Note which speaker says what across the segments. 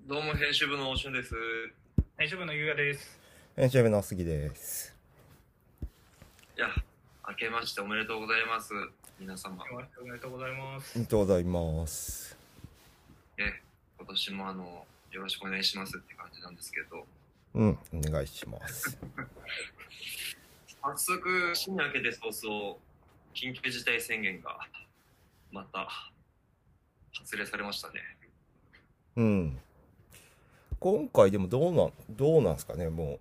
Speaker 1: どうも編集部のおしゅんです。
Speaker 2: 編集部のゆうやです。
Speaker 3: 編集部の杉です。
Speaker 1: いや、明けましておめでとうございます。皆様。
Speaker 2: おめでとうございます
Speaker 3: あ。りがとうございます。
Speaker 1: え、今年もあの、よろしくお願いしますって感じなんですけど、
Speaker 3: うん、お願いします。
Speaker 1: 早速、新年明けて早々、緊急事態宣言が、また、発令されましたね。
Speaker 3: うん。今回でもどうなん、どうなんすかね、も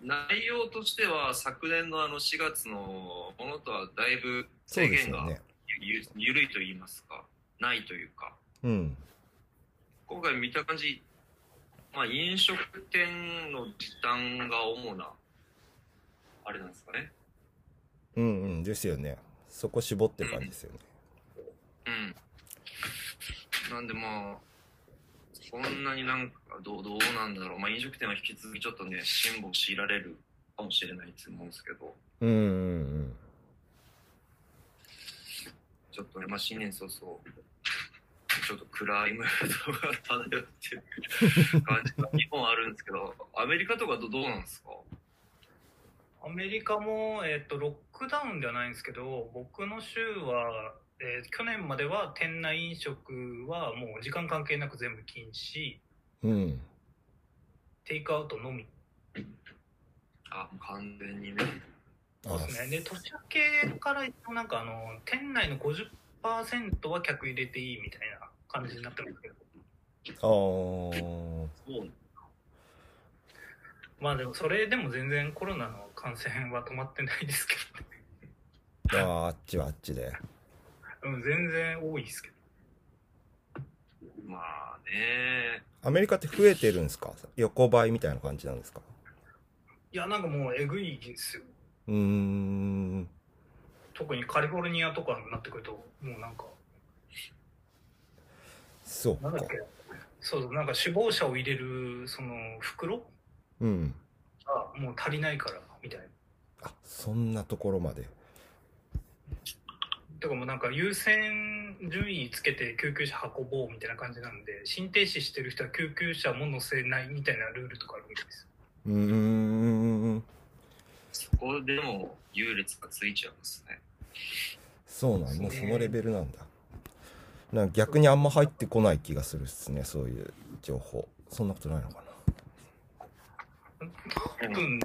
Speaker 1: 内容としては、昨年のあの4月のものとはだいぶ
Speaker 3: う。そう
Speaker 1: 制
Speaker 3: です
Speaker 1: 限
Speaker 3: よ
Speaker 1: が
Speaker 3: ね。
Speaker 1: ゆ緩いと言いますか、ないというか、
Speaker 3: うん。
Speaker 1: 今回見た感じ、まあ、飲食店の時短が主な、あれなんですかね。
Speaker 3: うんうん、ですよね。そこ絞ってる感じですよね。
Speaker 1: うん。なんでまあ、そんなになんかどう、どうなんだろう。まあ、飲食店は引き続きちょっとね、辛抱強いられるかもしれないと思うんですけど、
Speaker 3: うんうん
Speaker 1: ちょっとね、まあ、新年早々、ちょっと暗いムードが漂ってる感じが日本あるんですけど、アメリカとかどどうなんですか
Speaker 2: アメリカも、えっとロックダウンではないんですけど、僕の州は、えー去年までは店内飲食はもう時間関係なく全部禁止、
Speaker 3: うん。うん。
Speaker 2: テイクアウトのみ
Speaker 1: あ、もう完全にね。
Speaker 2: そうですね。で、年明けから一応なんかあの店内の50%は客入れていいみたいな感じになってますけど、
Speaker 3: あー
Speaker 1: そう
Speaker 2: まあでもそれでも全然コロナの感染は止まってないですけどね、
Speaker 3: あー、あっちはあっちで。
Speaker 2: うん、全然多いですけど。
Speaker 1: まあね、
Speaker 3: アメリカって増えてるんですか横ばいみたいな感じなんですか
Speaker 2: いや、なんかもうえぐいですよ。
Speaker 3: うーん。
Speaker 2: 特にカリフォルニアとかになってくると、もうなんか、
Speaker 3: そう
Speaker 2: なん
Speaker 3: か
Speaker 2: だっ。け、そう、なんか死亡者を入れる、その、袋
Speaker 3: うん。
Speaker 2: がもう足りないから、みたいな。
Speaker 3: あ、そんなところまで。
Speaker 2: だからもうなんか優先順位つけて救急車運ぼうみたいな感じなんで、心停止してる人は救急車も乗せないみたいなルールとかあるみたいです。
Speaker 3: うーん。
Speaker 1: そこでも優劣がついちゃうんですね。
Speaker 3: そうな
Speaker 2: そ
Speaker 3: ん
Speaker 2: う
Speaker 3: もうそのレベルなんだなんか逆にあんま入ってこない気がするっすねそういう情報そんなことないのか
Speaker 2: 多分、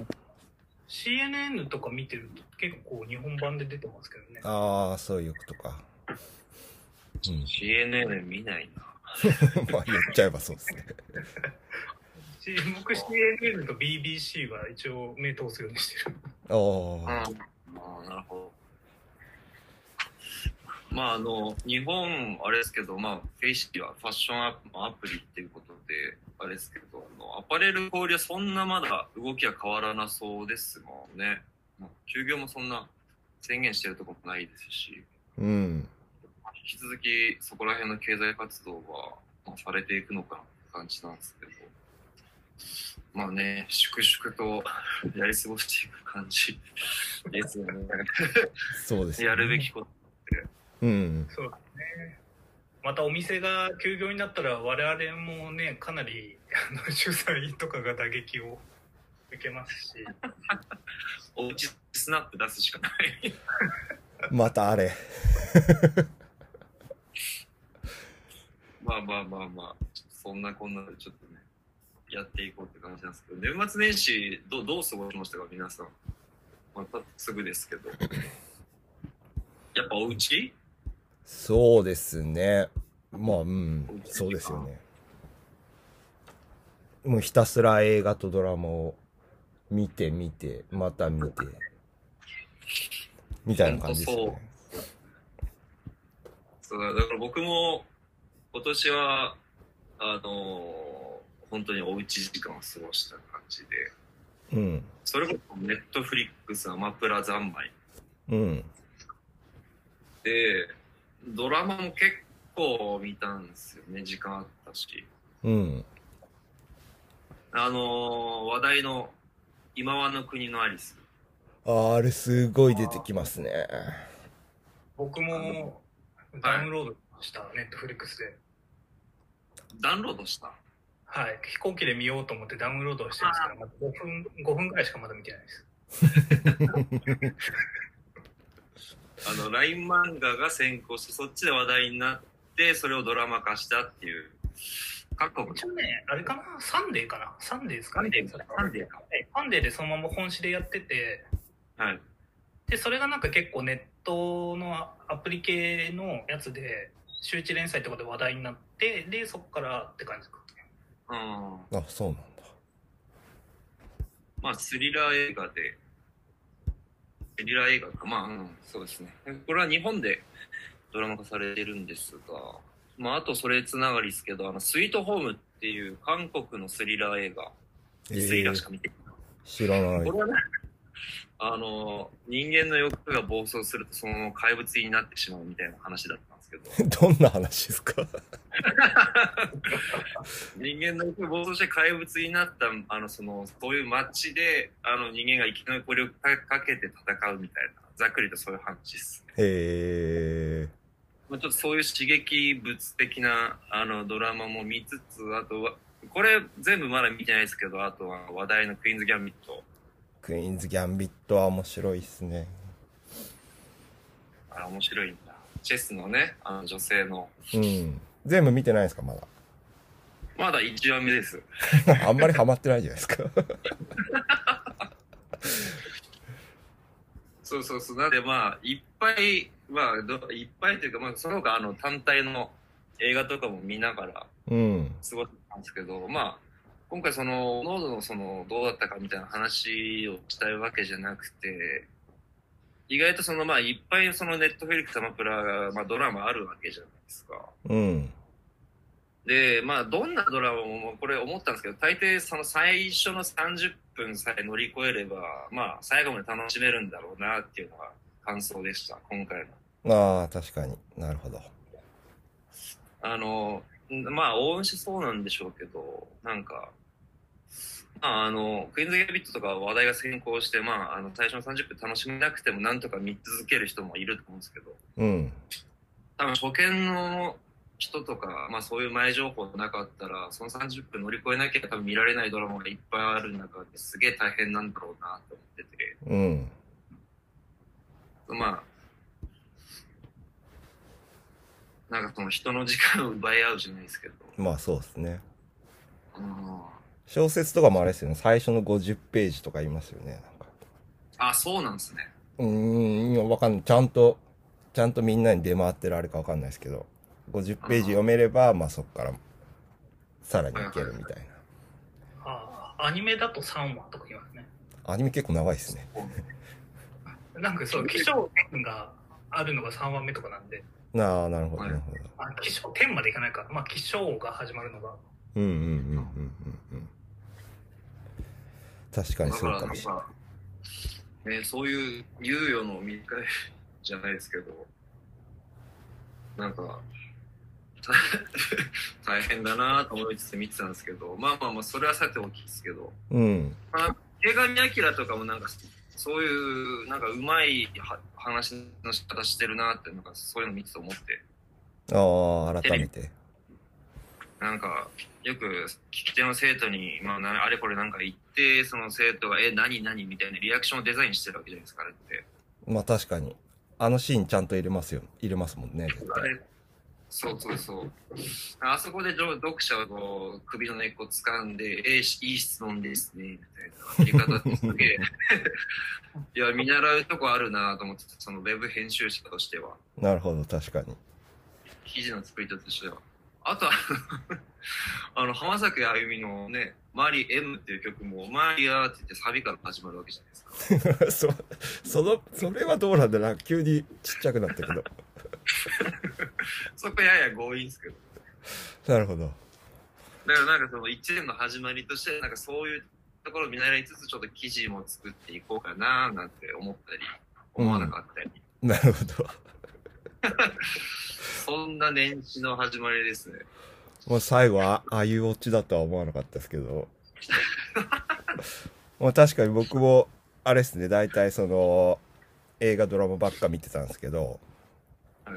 Speaker 2: CNN とか見てると結構日本版で出てますけどね。
Speaker 3: なああそういうことかうん
Speaker 1: CNN 見ないな。
Speaker 3: まあ言っちゃえばそうっすね
Speaker 2: し僕 CNN と BBC は一応目通すようにしてる。
Speaker 3: ああ
Speaker 1: ああ、なるほど。まああの、日本、あれですけど、まあ、フェイシーはファッションアプアプリっていうことで、あれですけど、あのアパレル小売りはそんなまだ動きは変わらなそうですもんね。まあ休業もそんな宣言してるとこもないですし、
Speaker 3: うん
Speaker 1: 引き続きそこら辺の経済活動は、まあ、されていくのかなって感じなんですけど、まあね、粛々とやり過ごしていく感じですよね。
Speaker 3: そうですね
Speaker 1: やるべきこと。
Speaker 3: うん
Speaker 2: そうですね。またお店が休業になったら我々もねかなりあの主催とかが打撃を受けますし、
Speaker 1: おうちスナップ出すしかない。
Speaker 3: またあれ
Speaker 1: まあまあまあまあ、そんなこんなでちょっとね、やっていこうって感じなんですけど、年末年始どう、どう過ごしましたか、皆さん。またすぐですけど。やっぱおうち
Speaker 3: そうですねまあうんそうですよねもうひたすら映画とドラマを見て見てまた見てみたいな感じです
Speaker 1: ほん
Speaker 3: ね
Speaker 1: とそうだだから僕も今年はあのー本当におうち時間を過ごした感じで
Speaker 3: うん
Speaker 1: それこそネットフリックスアマプラ三昧
Speaker 3: うん
Speaker 1: でドラマも結構見たんですよね時間あったし
Speaker 3: うん
Speaker 1: あのー話題の「今はの国のアリス
Speaker 3: ああれすごい出てきますね
Speaker 2: 僕もダウンロードしたネットフリックスで、
Speaker 1: ダウンロードした。
Speaker 2: はい、飛行機で見ようと思ってダウンロードしてるんですけど、まあ5分、5分ぐらいしかまだ見てないです。
Speaker 1: あの、LINE 漫画が先行して、そっちで話題になって、それをドラマ化したっていう、各国の
Speaker 2: 一応ね、あれかなサンデーかなサンデーですか
Speaker 1: サ
Speaker 2: ね
Speaker 1: ンデー
Speaker 2: サ
Speaker 1: か
Speaker 2: ン
Speaker 1: サンデーか。
Speaker 2: デーサンデーでそのまま本誌でやってて、
Speaker 1: はい。
Speaker 2: で、それがなんか結構ネットのアアプリ系のやつで、周知連載とかで話題になって、で、そこからって感じですかね。
Speaker 1: うん。
Speaker 3: あ、そうなんだ。
Speaker 1: まあ、スリラー映画で、スリラー映画か、まあ、うん、そうですね。これは日本でドラマ化されてるんですが、まあ、あとそれつながりですけど、あの、スイートホームっていう韓国のスリラー映画、
Speaker 3: え
Speaker 1: スリラーし
Speaker 3: ー、
Speaker 1: か見てない。
Speaker 3: 知らない
Speaker 1: こ。れはね、あの、人間の欲が暴走すると、その怪物になってしまうみたいな話だったんですけど、
Speaker 3: どんな話ですか
Speaker 1: 人間の欲が暴走して怪物になった、あの、その、そういう街で、あの、人間が生き残りをかかけて戦うみたいな、ざっくりとそういう話ですね。
Speaker 3: え
Speaker 1: まあ、ちょっとそういう刺激物的な、あの、ドラマも見つつ、あとは、これ全部まだ見てないですけど、あとは話題のクイーンズ・ギャンビット。
Speaker 3: ー、クイーンズ・ギャンビットは面白いっすね。
Speaker 1: あ、面白いんだ。チェスのね、あの、女性の。
Speaker 3: うん。全部見てないですか、まだ。
Speaker 1: まだ1話目です。
Speaker 3: あんまりハマってないじゃないですか。
Speaker 1: そうそうそう。なんでまあ、いっぱい、まあ、どいっぱいというか、まあ、その他あの単体の映画とかも見ながら
Speaker 3: うん。
Speaker 1: 過ごしたんですけど、まあ、今回その、ノードのその、どうだったかみたいな話をしたいわけじゃなくて、意外とそのまあ、いっぱいそのネットフェリックスアマプラが、まあ、ドラマあるわけじゃないですか。
Speaker 3: うん。
Speaker 1: で、まあ、どんなドラマも、これ思ったんですけど、大抵その最初の30分さえ乗り越えれば、まあ、最後まで楽しめるんだろうなっていうのが感想でした、今回の。
Speaker 3: ああ、確かになるほど。
Speaker 1: あの、んまあ、応援しそうなんでしょうけど、なんか、まあ、あの、クイーンズ・ギャビットとかは話題が先行して、まあ、あの、最初の30分楽しめなくても、なんとか見続ける人もいると思うんですけど、
Speaker 3: うん。
Speaker 1: 多分初見の人とか、まあそういう前情報なかったら、その30分乗り越えなきゃ多分見られないドラマがいっぱいある中ですげえ大変なんだろうなと思ってて、
Speaker 3: うん。
Speaker 1: まあ、なんかその人の時間を奪い合うじゃないですけど、
Speaker 3: まあそうですね。
Speaker 1: うん
Speaker 3: 小説とかもあれですよね。最初の50ページとか言いますよね。なんか
Speaker 1: あ、そうなんですね。
Speaker 3: うーん、今わかんない。ちゃんと、ちゃんとみんなに出回ってるあれかわかんないですけど、50ページ読めれば、まあそっから、さらにいけるみたい
Speaker 2: ああ、アニメだと3話とか言いますね。
Speaker 3: な。アニメ結構長いですね。
Speaker 2: なんかそう、気象点があるのが3話目とかなんで、
Speaker 3: なあ、なるほど、
Speaker 1: は
Speaker 3: ないるほど。
Speaker 2: あ気象点までいかないか、まあ、気象が始まるのが、
Speaker 3: うんうんうんうんうんうん。確か
Speaker 1: だ
Speaker 3: に
Speaker 1: か
Speaker 3: そう
Speaker 1: ら
Speaker 3: か
Speaker 1: な
Speaker 3: も
Speaker 1: ん
Speaker 3: しれない。
Speaker 1: か、ね、そういう猶予の見返りじゃないですけど、なんか、 た大変だなと思いつつ見てたんですけど、まあまあまあ、それはさておきですけど、
Speaker 3: うん。
Speaker 1: まあ、手紙あきらとかもなんか、そういう、なんかうまいは話の仕方してるなって、なんかそういうの見てて思って、
Speaker 3: ああ、改めて。
Speaker 1: なんか、よく聞き手の生徒に、まあな、あれこれなんか言って、その生徒が、え、何何みたいなリアクションをデザインしてるわけじゃないですか、あれって。
Speaker 3: まあ確かに。あのシーンちゃんと入れますよ。入れますもんね。絶
Speaker 1: あ
Speaker 3: 対
Speaker 1: れそうそうそう。あそこで読読者をこう首の根っこ掴んで、えーしいい質問ですね、みたいな言い方ってすげえ。いや、見習うとこあるなと思って、そのウェブ編集者としては、
Speaker 3: なるほど、確かに。
Speaker 1: 記事の作り手としては。あとは、 あの、浜崎あゆみのね、マリ M っていう曲も、マリアーって言ってサビから始まるわけじゃないですか。
Speaker 3: そ、その、それはどうなんだな。急にちっちゃくなったけど。
Speaker 1: そこやや強引ですけど。
Speaker 3: なるほど。
Speaker 1: だからなんかその一年の始まりとして、なんかそういうところを見習いつつ、ちょっと記事も作っていこうかななんて思ったり、思わなかったり、
Speaker 3: なるほど。
Speaker 1: そんな年始の始まりですね。
Speaker 3: もう最後は、ああいうオチだとは思わなかったですけど。 まあ確かに僕も、あれですね、大体その、映画ドラマばっか見てたんですけど、
Speaker 1: はい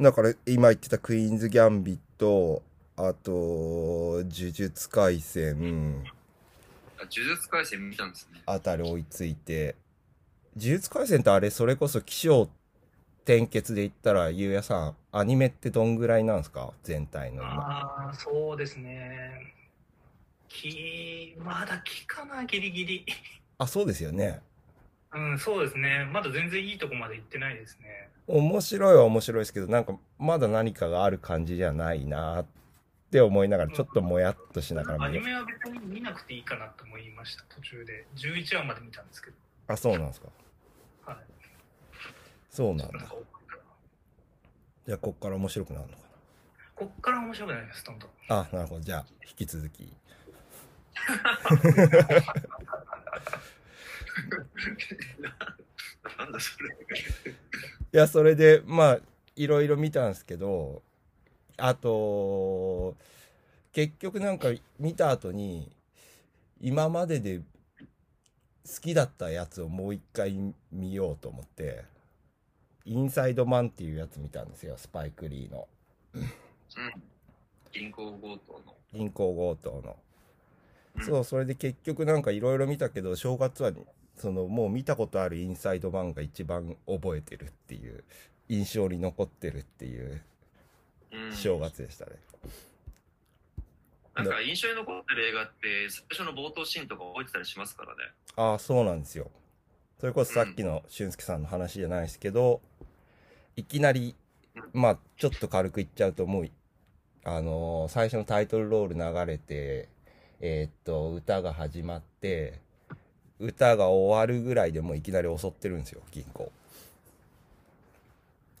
Speaker 3: だから今言ってたクイーンズ・ギャンビット、あと、呪術廻戦
Speaker 1: あ呪術廻戦見たんですね。
Speaker 3: あたり追いついて、呪術廻戦ってあれ、それこそ気象転結で言ったら、ゆうやさん、アニメってどんぐらいなんですか全体の。
Speaker 2: ああ、そうですね。き、まだきかな、ギリギリ。
Speaker 3: あ、そうですよね。
Speaker 2: うん、そうですね。まだ全然いいとこまで行ってないですね。
Speaker 3: 面白いは面白いですけど、なんか、まだ何かがある感じじゃないなって思いながら、ちょっともやっとしながら
Speaker 2: ア
Speaker 3: 見
Speaker 2: ニ
Speaker 3: る。
Speaker 2: メは別に見なくていいかなと思いました、途中で。11話まで見たんですけど。
Speaker 3: あ、そうなんですか。
Speaker 2: はい。
Speaker 3: そうなん
Speaker 2: なん
Speaker 3: だ
Speaker 2: か。
Speaker 3: じゃあ、こっから面白くなるのか
Speaker 2: こっから面白くないです、どんどん。
Speaker 3: な。あ、なるほど。じゃあ、引き続き。
Speaker 1: なんだそれ。
Speaker 3: いや、それで、まあ、いろいろ見たんですけど、あと、結局なんか見た後に、今までで好きだったやつをもう一回見ようと思って、インサイドマンっていうやつ見たんですよ、スパイク・リーの。
Speaker 1: うん。銀行強盗の。
Speaker 3: 銀行強盗の。
Speaker 1: うん
Speaker 3: そう、それで結局なんかいろいろ見たけど、正月は、そのもう見たことあるインサイドマンが一番覚えてるっていう、印象に残ってるっていう
Speaker 1: うん。
Speaker 3: 正月でしたね。
Speaker 1: なんか印象に残ってる映画って、最初の冒頭シーンとか覚えてたりしますからね。
Speaker 3: ああ、そうなんですよ。それこそさっきの俊介さんの話じゃないですけど、いきなり、まあ、ちょっと軽く言っちゃうと、もう、あのー最初のタイトルロール流れて、えーっと、歌が始まって、歌が終わるぐらいでもういきなり襲ってるんですよ、銀行。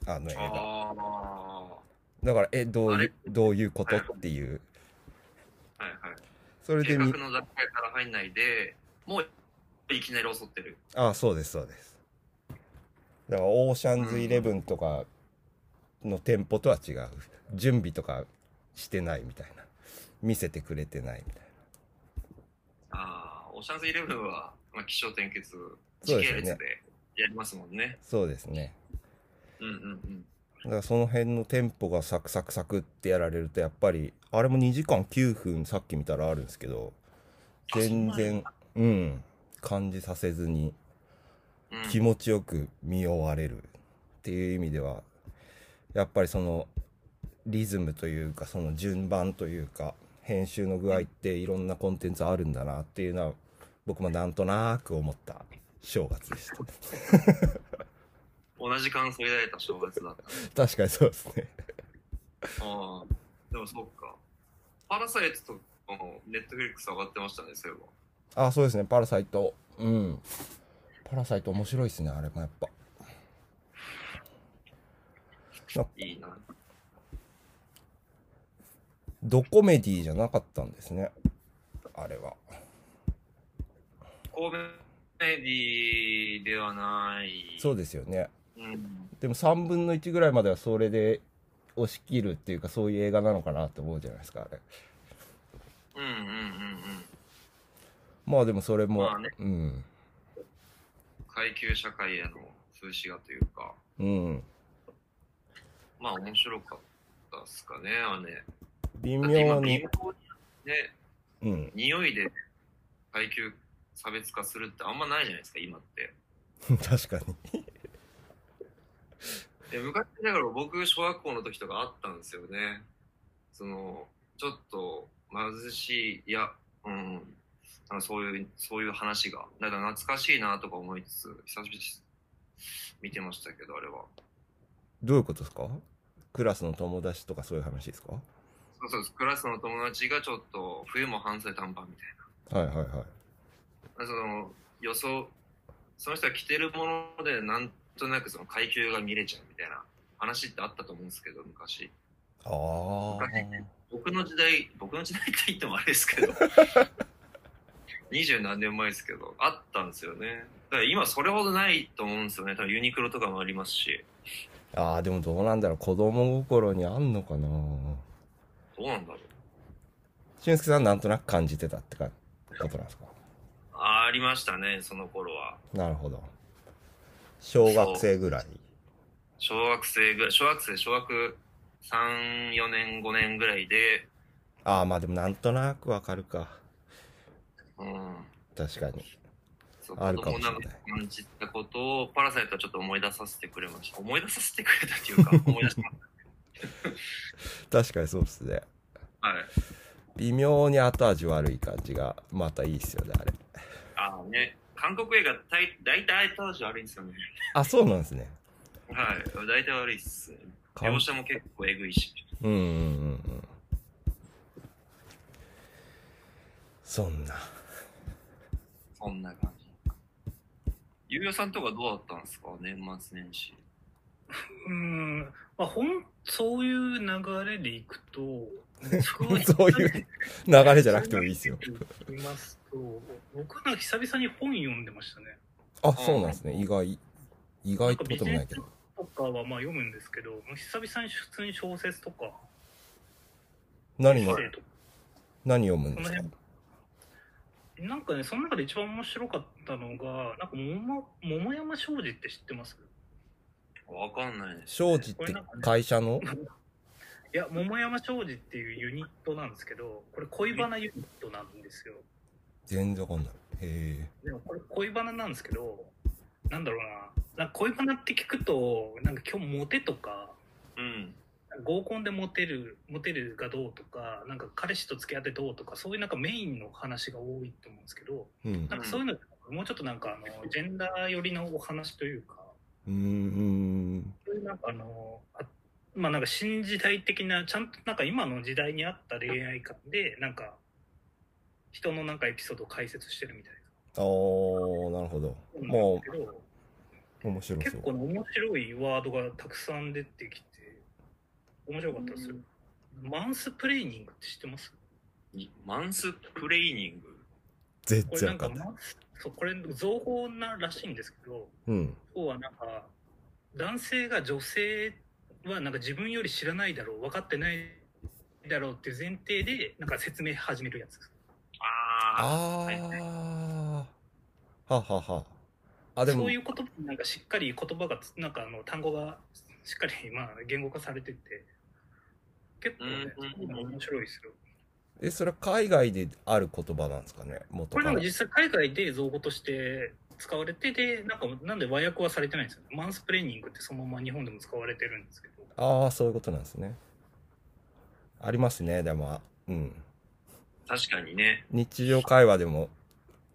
Speaker 3: あの映画。
Speaker 1: ああ。
Speaker 3: だから、え、どう
Speaker 1: あ
Speaker 3: い
Speaker 1: れ
Speaker 3: う、どういうことっていう。
Speaker 1: はいはい。
Speaker 3: それ
Speaker 1: 計
Speaker 3: で
Speaker 1: 画
Speaker 3: み、
Speaker 1: の段階から入んないで、もういきなり襲ってる。
Speaker 3: ああ、そうです、そうです。だから、オーシャンズイレブンとかの店舗とは違う。準備とかしてないみたいな。見せてくれてないみたい
Speaker 1: ああ、オーシャンズイレブンは、まあ、気象転結、
Speaker 3: そう
Speaker 1: 時
Speaker 3: です
Speaker 1: 系
Speaker 3: よね
Speaker 1: 列でやりますもんね。
Speaker 3: な。そうですね。
Speaker 1: うんうん
Speaker 3: だから、その辺の店舗がサクサクサクってやられると、やっぱり、あれも2時間9分さっき見たらあるんですけど、
Speaker 1: あ
Speaker 3: 全然、うん、感じさせずに
Speaker 1: うん。うん、
Speaker 3: 気持ちよく見終われるっていう意味ではやっぱりそのリズムというかその順番というか編集の具合っていろんなコンテンツあるんだなっていうのは僕もなんとなく思った正月でした
Speaker 1: 同じ感想を抱いた正月だった。
Speaker 3: 確かにそうですね
Speaker 1: ああ、でもそうか。パラサイトとかもネットフリックス上がってましたね、そういえば。
Speaker 3: あそうですねパラサイトうんパラサイト面白いですねあれもやっぱ
Speaker 1: いいな。
Speaker 3: ドコメディじゃなかったんですねあれは
Speaker 1: コメディではない。
Speaker 3: そうですよね
Speaker 1: うん。
Speaker 3: でも3分の1ぐらいまではそれで押し切るっていうかそういう映画なのかなって思うじゃないですかあれ
Speaker 1: うんうんうんうん。
Speaker 3: まあでもそれも、
Speaker 1: まあね
Speaker 3: うん
Speaker 1: 階級社会への風刺画というか、
Speaker 3: うん
Speaker 1: まあ面白かったっすかね、あれ。
Speaker 3: 微
Speaker 1: だって今
Speaker 3: 妙に
Speaker 1: 貧乏ね、
Speaker 3: うん
Speaker 1: 匂いで階級差別化するってあんまないじゃないですか、今って。
Speaker 3: 確かに
Speaker 1: で昔だから僕、小学校の時とかあったんですよね。その、ちょっと貧しい、いや、うん、なんかそういう、そういう話が。だから懐かしいなとか思いつつ、久しぶりに見てましたけど、あれは。
Speaker 3: どういうことですかクラスの友達とかそういう話ですか
Speaker 1: そうそうです、クラスの友達がちょっと、冬も半袖短パンみたい
Speaker 3: はいはいはい
Speaker 1: な。その、予想、その人が着てるもので、なんとなくその階級が見れちゃうみたいな話ってあったと思うんですけど、昔。
Speaker 3: あ
Speaker 1: 僕の時代、僕の時代って言ってもあれですけど、 二十何年前ですけど、あったんですよね。だから今それほどないと思うんですよね。多分ユニクロとかもありますし、
Speaker 3: あああでもどうなんだろう子供心にあんのか
Speaker 1: ど
Speaker 3: な
Speaker 1: うなんだろう。
Speaker 3: 俊介さんなんとなく感じてたってかことなんですか
Speaker 1: ありましたね、その頃は。
Speaker 3: なるほど小学生ぐらい
Speaker 1: 小学生ぐらい、小学生、小学3、4年、5年ぐらいで、
Speaker 3: ああ、まあでもなんとなくわかるか。
Speaker 1: うん。
Speaker 3: 確かに。
Speaker 1: そう
Speaker 3: あるかもしれない
Speaker 1: 子供が感じたことを、パラサイトはちょっと思い出させてくれました。思い出させてくれたっていうか、思い出しま し
Speaker 3: 確かにそうっすね。
Speaker 1: た。はい。
Speaker 3: 微妙に後味悪い感じが、またいいっすよね、あれ。
Speaker 1: ああね、韓国映画たい、大体後味悪いんですよね。
Speaker 3: あ、そうなんですね。
Speaker 1: はい。大体悪いっすね。
Speaker 3: か
Speaker 1: 描写も結構えぐいし。
Speaker 3: うんうんうんうん。そんな。
Speaker 1: そんな感じ。ゆうやさんとかどうだったんですか年末年始。
Speaker 2: うん、まあ、ほんそういう流れでいくと、僕は
Speaker 3: そういう流れじゃなくてもいいですよ。。
Speaker 2: 言いますと、僕はなんか久々に本読んでましたね。
Speaker 3: あ、そうなんですね。意外。意外ってこともないけど。
Speaker 2: とかはまあ読むんですけど、もう久々に普通に小説とか、
Speaker 3: 何
Speaker 2: エ
Speaker 3: の
Speaker 2: ッセイとか
Speaker 3: 何読むんですか
Speaker 2: このなんかね、その中で一番面白かったのが、なんか桃桃山商事って知ってます
Speaker 1: わかんないです。
Speaker 3: 庄司って会社の
Speaker 2: いや、桃山商事っていうユニットなんですけど、これ恋バナユニットなんですよ。
Speaker 3: 全然わかんない。へ
Speaker 2: でもこれ恋バナなんですけど、なんだろうな、なんか恋バナって聞くと、なんか今日モテとか、
Speaker 1: うん。
Speaker 2: 合コンでモテる、モテるがどうとか、なんか彼氏と付き合ってどうとか、そういうなんかメインの話が多いと思うんですけど、
Speaker 3: え。うん。
Speaker 2: なんかそういうの、もうちょっとなんかあの、ジェンダー寄りのお話というか、
Speaker 3: うーん。
Speaker 2: そういうなんかあの、あまあなんか新時代的な、ちゃんとなんか今の時代に合った恋愛観で、なんか、人のなんかエピソードを解説してるみたいな。
Speaker 3: あー、なるほど。も
Speaker 2: うなんですけど。
Speaker 3: う、面白そ
Speaker 2: 結構
Speaker 3: う。
Speaker 2: ね面白いワードがたくさん出てきて面白かったですよ、マンスプレーニングって知ってます
Speaker 1: いマンスプレイニング。
Speaker 3: 全
Speaker 2: これ
Speaker 3: 然
Speaker 2: な
Speaker 3: わ
Speaker 2: ん
Speaker 3: か
Speaker 2: か
Speaker 3: んない。
Speaker 2: マンスそうこれ造法ならしいんですけど
Speaker 3: うん。
Speaker 2: 要はなんか男性が女性はなんか自分より知らないだろう分かってないだろうっていう前提でなんか説明始めるやつ
Speaker 1: ああ。
Speaker 3: あ
Speaker 1: はい
Speaker 3: ー。ははは。あ、でも
Speaker 2: そう、いう言葉になんかしっかり言葉がつなんかあの単語がしっかりまあ言語化されてて結構ね
Speaker 1: うんうんうん
Speaker 2: そういうの面白いですよ
Speaker 3: え、それは海外である言葉なんですかね元
Speaker 2: これ
Speaker 3: か
Speaker 2: なん
Speaker 3: ら
Speaker 2: か。実際海外で造語として使われてて、なんかなんで和訳はされてないんですよね。マンスプレーニングってそのまま日本でも使われてるんですけど。
Speaker 3: ああ、そういうことなんですね。ありますね、でも、うん。
Speaker 1: 確かにね。
Speaker 3: 日常会話でも、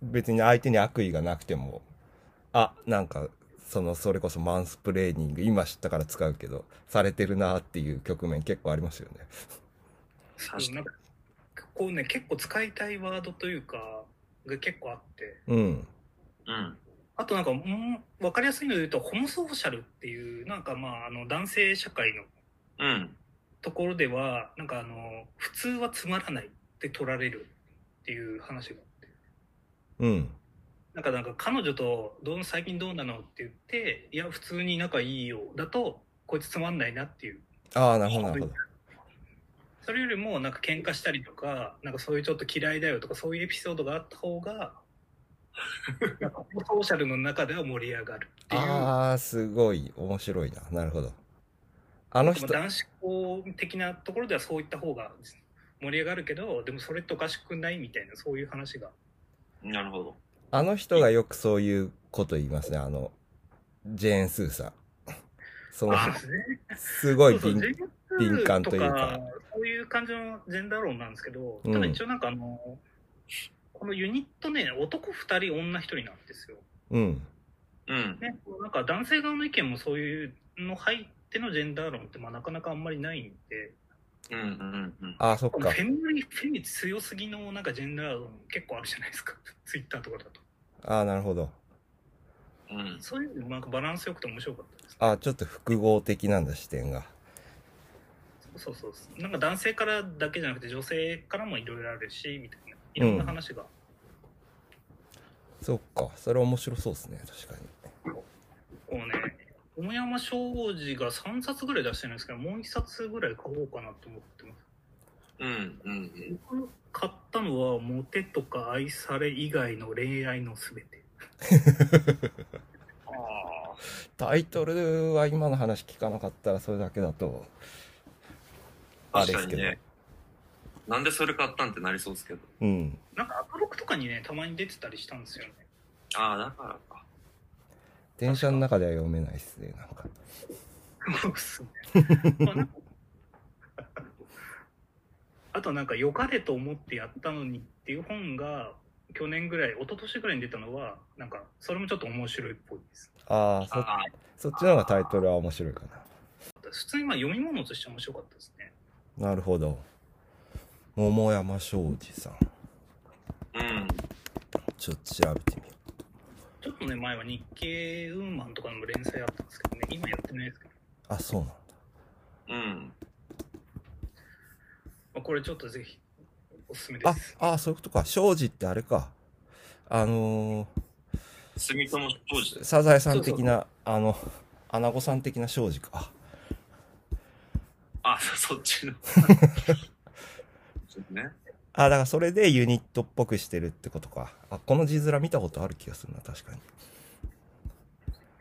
Speaker 3: 別に相手に悪意がなくても、あ、なんか、その、それこそマンスプレーニング、今知ったから使うけど、されてるなっていう局面結構ありますよね。
Speaker 1: 確かに
Speaker 2: なんかこうね、結構使いたいワードというか、が結構あって。
Speaker 3: うん。
Speaker 1: うん。
Speaker 2: あとなんか、うん、わかりやすいので言うと、ホモソーシャルっていう、なんかまあ、あの、男性社会の
Speaker 1: うん。
Speaker 2: ところでは、なんかあの、普通はつまらないって取られるっていう話があって。
Speaker 3: うん。
Speaker 2: なんかなんか彼女とどう最近どうなのって言って、いや、普通に仲いいよだと、こいつつまんないなっていう。
Speaker 3: ああ、なるほど、なるほど。
Speaker 2: それよりも、なんか喧嘩したりとか、なんかそういうちょっと嫌いだよとか、そういうエピソードがあった方が、なんかソーシャルの中では盛り上がるっていう、まあ
Speaker 3: ああ、すごい、面白いな。なるほど。あの人、
Speaker 2: 男子校的なところではそういった方が盛り上がるけど、でもそれっておかしくないみたいな、そういう話が。
Speaker 1: なるほど。
Speaker 3: あの人がよくそういうこと言いますね。あの、ジェーン・スーさん。その、
Speaker 1: あ
Speaker 2: そうですね
Speaker 3: すごい
Speaker 2: そうそう
Speaker 3: 敏
Speaker 2: J-POP
Speaker 3: 敏感というか
Speaker 2: そういう感じのジェンダー論なんですけど、
Speaker 3: うん
Speaker 2: ただ一応なんかあの、このユニットね、男2人、女1人なんですよ。
Speaker 3: うん。
Speaker 1: うん。
Speaker 2: ね、なんか男性側の意見もそういうの入ってのジェンダー論ってまあなかなかあんまりないんで、
Speaker 1: うん。うん。うん。
Speaker 3: ああ、そっ
Speaker 2: フ
Speaker 3: か。
Speaker 2: ェミフェミ強すぎのなんかジェンダー論結構あるじゃないですか、 ツイッターとかだと。
Speaker 3: ああ、なるほど。
Speaker 1: うん。
Speaker 2: そういうのもなんかバランスよくて面白かったです。
Speaker 3: ああ、ちょっと複合的なんだ、視点が。
Speaker 2: そうそうそう。なんか男性からだけじゃなくて女性からもいろいろあるし、みたいな。いろんな話が。
Speaker 3: そっか。それ面白そうですね、確かに。
Speaker 2: こうね、桃山商事が3冊ぐらい出してるんですけど、もう1冊ぐらい買おうかなと思ってます。
Speaker 1: うん。うん。
Speaker 2: 僕買ったのは、モテとか愛され以外の恋愛のすべて。
Speaker 1: ああ。
Speaker 3: タイトルは今の話聞かなかったらそれだけだと、あ
Speaker 1: 確
Speaker 3: れで
Speaker 1: か
Speaker 3: すけ
Speaker 1: に
Speaker 3: ど
Speaker 1: ね。なんでそれ買ったんってなりそうですけど。
Speaker 3: うん。
Speaker 2: なんかアトロックとかにね、たまに出てたりしたんですよね。
Speaker 1: ああ、だからか。
Speaker 3: 電車の中では読めないですね、なんか。
Speaker 2: そうっすね。まあなんかあとなんか良かれと思ってやったのにっていう本が去年ぐらい一昨年ぐらいに出たのはなんかそれもちょっと面白いっぽいです。
Speaker 3: ああ、
Speaker 1: あ
Speaker 3: そ、そっちの方がタイトルは面白いか
Speaker 2: 普通にまあ読み物として面白かったですね。
Speaker 3: な。なるほど。桃山庄司さん。
Speaker 1: あ、うん。
Speaker 3: ちょっと調べてみよ
Speaker 2: ちょっとね前は日経ウーマンとかの連載あったんですけどね今やってないですけど、
Speaker 3: う。あ、そうなんだ。
Speaker 1: うん。
Speaker 2: まあ、これちょっとぜひおすすめで
Speaker 3: あ
Speaker 2: す。、
Speaker 3: あ、そういうことか。庄司ってあれか。あの
Speaker 1: 住友商事
Speaker 3: ー、
Speaker 1: です。
Speaker 3: サザエさん的な、あの、アナゴさん的な庄司か。
Speaker 1: あ、 そそっちの。そうね。
Speaker 3: あ、だからそれでユニットっぽくしてるってことか。あ、この字面見たことある気がするな、確かに。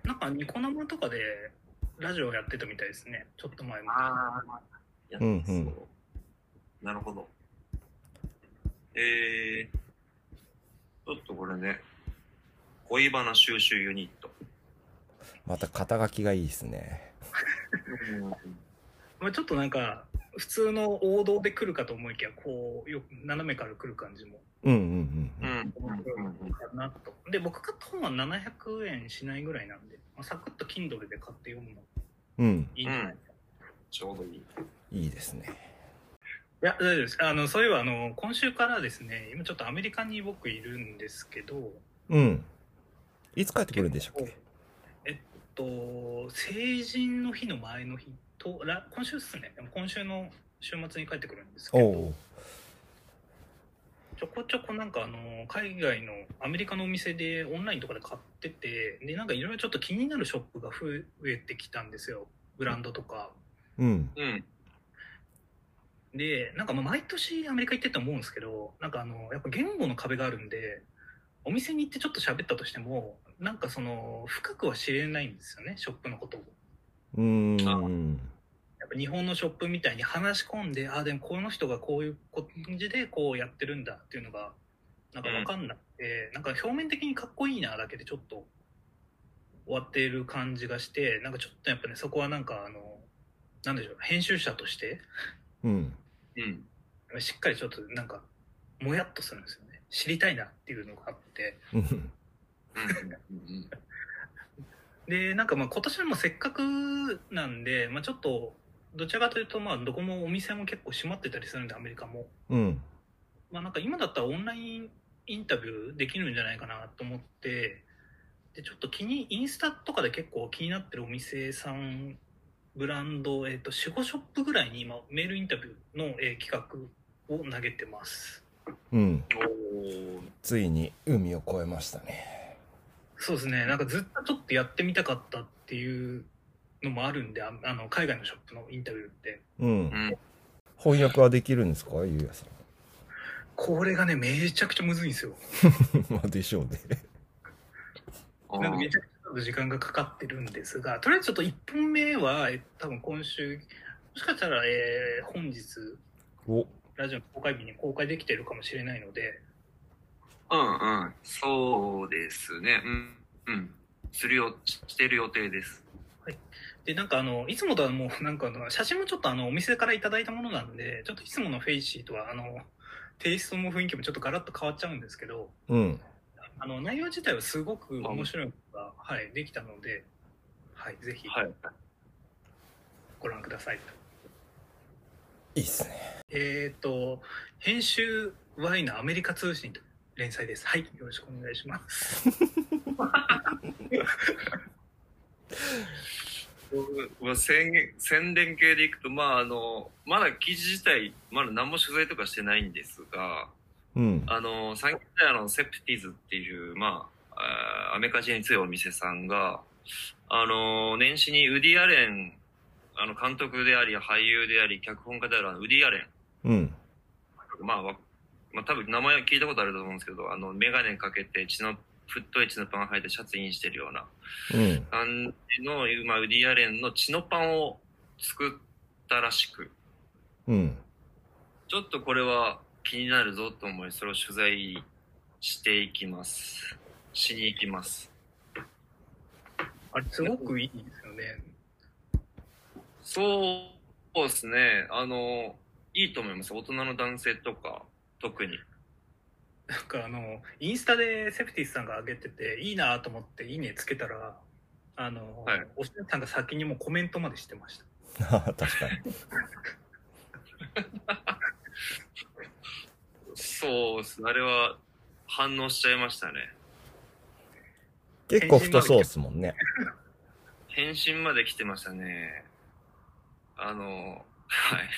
Speaker 2: なんかニコ生とかでラジオやってたみたいですねちょっと前も。
Speaker 1: ああ、やっ
Speaker 3: うんうん
Speaker 1: そうなるほど。えー、ちょっとこれね、恋バナ収集ユニット。
Speaker 3: また肩書きがいいですね。
Speaker 2: まあ、ちょっとなんか普通の王道で来るかと思いきやこうよ斜めから来る感じも
Speaker 3: うんうん
Speaker 1: う
Speaker 3: うん
Speaker 1: ん
Speaker 3: う。
Speaker 1: うんんうん
Speaker 2: かなとで僕買った本は700円しないぐらいなんで、まあ、サクッと Kindle で買って読むの
Speaker 3: うん、
Speaker 2: いいんじゃないか、
Speaker 1: ちょうどいい。
Speaker 3: いいですね。
Speaker 2: いや大丈夫ですあのそういえばあの今週からですね今ちょっとアメリカに僕いるんですけど
Speaker 3: うん。いつ帰ってくるんでしたっけ
Speaker 2: と成人の日の前の日とら今週ですねでも今週の週末に帰ってくるんですけ
Speaker 3: お
Speaker 2: ど
Speaker 3: おう。
Speaker 2: ちょこちょこなんかあの海外のアメリカのお店でオンラインとかで買っててでなんかいろいろちょっと気になるショップが増えてきたんですよブランドとか
Speaker 3: うん。
Speaker 1: うん。
Speaker 2: でなんかまあ毎年アメリカ行ってて思うんですけどなんかあのやっぱ言語の壁があるんでお店に行ってちょっと喋ったとしてもなんかその深くは知れないんですよねショップのことを
Speaker 3: うーん。
Speaker 2: やっぱ日本のショップみたいに話し込んで、ああ、でもこの人がこういう感じでこうやってるんだっていうのが、なんかわかんなくて、なんか表面的にかっこいいなだけでちょっと終わっている感じがして、なんかちょっとやっぱね、そこはなんかあの、なんでしょう、編集者として、
Speaker 3: うん。
Speaker 1: うん。
Speaker 2: しっかりちょっとなんか、もやっとするんですよね。知りたいなっていうのがあって。
Speaker 3: うん。
Speaker 1: うん。
Speaker 2: で、なんかまあ今年はもうせっかくなんで、まあちょっと、どちらかというとまあどこもお店も結構閉まってたりするんで、アメリカも。
Speaker 3: うん。
Speaker 2: まあ、なんか今だったらオンラインインタビューできるんじゃないかなと思ってでちょっと気にインスタとかで結構気になってるお店さんブランド、えっと45ショップぐらいに今メールインタビューの、えー企画を投げてます
Speaker 3: うん。
Speaker 1: おー
Speaker 3: ついに海を越えましたね。
Speaker 2: そうですねなんかずっとちょっとやってみたかったっていうのもあるんでああの海外のショップのインタビューって
Speaker 3: うん
Speaker 1: う。ん。
Speaker 3: 翻訳はできるんですかゆうやさ
Speaker 2: これがねめちゃくちゃむずいんですよ
Speaker 3: ん。 まあでしょうね。
Speaker 1: あ
Speaker 2: なんか
Speaker 1: ー
Speaker 2: めちゃくちゃ時間がかかってるんですが、とりあえずちょっと1本目は、え多分今週、もしかしたら、えー本日、
Speaker 3: お。
Speaker 2: ラジオの公開日に公開できてるかもしれないので、
Speaker 1: うんうん。そうですね。うん。うん。するよ、ししてる予定です。
Speaker 2: で、なんかあの、いつもとはもう、 なんかあの写真もちょっとあの、お店からいただいたものなんで、ちょっといつものフェイシーとは、あの、テイストも雰囲気もちょっとガラッと変わっちゃうんですけど、
Speaker 3: うん。
Speaker 2: あの、内容自体はすごく面白いのが、はい、できたので、はい、ぜひ
Speaker 1: い。
Speaker 2: ご覧ください。
Speaker 3: いいっすね。
Speaker 2: えっ、と、編集 Y のアメリカ通信と連載です。はい、よろしくお願いします。
Speaker 1: まあ、宣言宣伝系でいくと、まあ、あのまだ記事自体まだ何も取材とかしてないんですが
Speaker 3: うん。
Speaker 1: あの先ほどのセプティーズっていう、まあ、あーアメリカ人に強いお店さんがあの年始にウディ・アレンあの監督であり俳優であり脚本家であるあのウディ・アレン
Speaker 3: うん。
Speaker 1: まあ、わまあ、多分名前は聞いたことあると思うんですけど、あの、メガネかけて、血の、太い血のパン履いてシャツインしてるような
Speaker 3: うん。
Speaker 1: 感じの、まあ、ウディアレンの血のパンを作ったらしく、
Speaker 3: うん。
Speaker 1: ちょっとこれは気になるぞと思い、それを取材していきます。しに行きます。
Speaker 2: あれ、すごくいいですよね。
Speaker 1: そうですね。あの、いいと思います。大人の男性とか、特に。
Speaker 2: なんかあの、インスタでセプティスさんが上げてて、いいなと思っていいねつけたら、あの、
Speaker 1: はい
Speaker 2: おしのさんが先にもうコメントまでしてました。
Speaker 3: 確かに。
Speaker 1: そうですね。あれは反応しちゃいましたね。
Speaker 3: 結構太そうっすもんね。
Speaker 1: 返信まで来てましたね。あの、はい。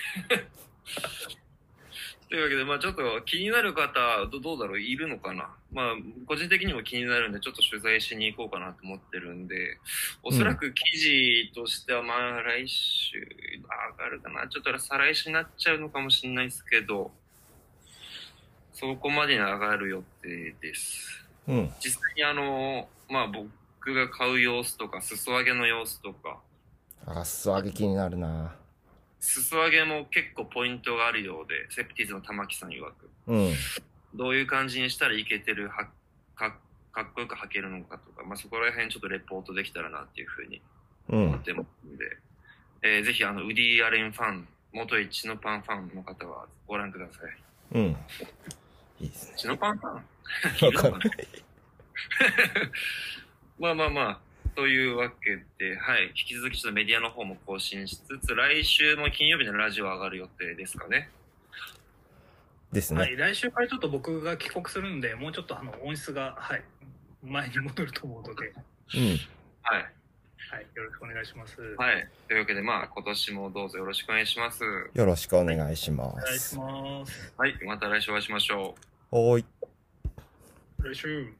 Speaker 1: というわけで、まあちょっと気になる方、どどうだろういるのかなまあ個人的にも気になるんで、ちょっと取材しに行こうかなと思ってるんで、おそらく記事としては、まあ来週、あ上がるかなちょっと再来週になっちゃうのかもしれないですけど、そこまでに上がる予定です。
Speaker 3: うん。
Speaker 1: 実際にあの、まあ僕が買う様子とか、裾上げの様子とか、
Speaker 3: あっそ上げ気になるな
Speaker 1: 裾上げも結構ポイントがあるようで、セプティーズの玉木さん曰く、
Speaker 3: うん。
Speaker 1: どういう感じにしたらいけてるはか、かっこよく履けるのかとか、まあそこら辺ちょっとレポートできたらなっていうふうに
Speaker 3: う
Speaker 1: 思っ
Speaker 3: ん。
Speaker 1: てますんで、えーぜひあの、ウディ・アレンファン、元一のパンファンの方はご覧ください。
Speaker 3: うん。いいですね。
Speaker 1: チノパンさん
Speaker 3: わかんな
Speaker 1: る
Speaker 3: い
Speaker 1: のかなまあまあまあ、というわけで、はい。引き続きちょっとメディアの方も更新しつつ、来週も金曜日のラジオ上がる予定ですかね。
Speaker 3: ですね。
Speaker 2: はい、来週からちょっと僕が帰国するんで、もうちょっとあの音質が、はい、前に戻ると思うので、
Speaker 3: うん。
Speaker 1: はい。
Speaker 2: はい、よろしくお願いします。
Speaker 1: はい。というわけで、まあ、今年もどうぞよろしくお願いします。
Speaker 3: よろしくお願いしま
Speaker 2: お願いし
Speaker 3: す。
Speaker 2: ます。
Speaker 1: はい。また来週お会いしましょう。
Speaker 3: おーい。
Speaker 2: 来週。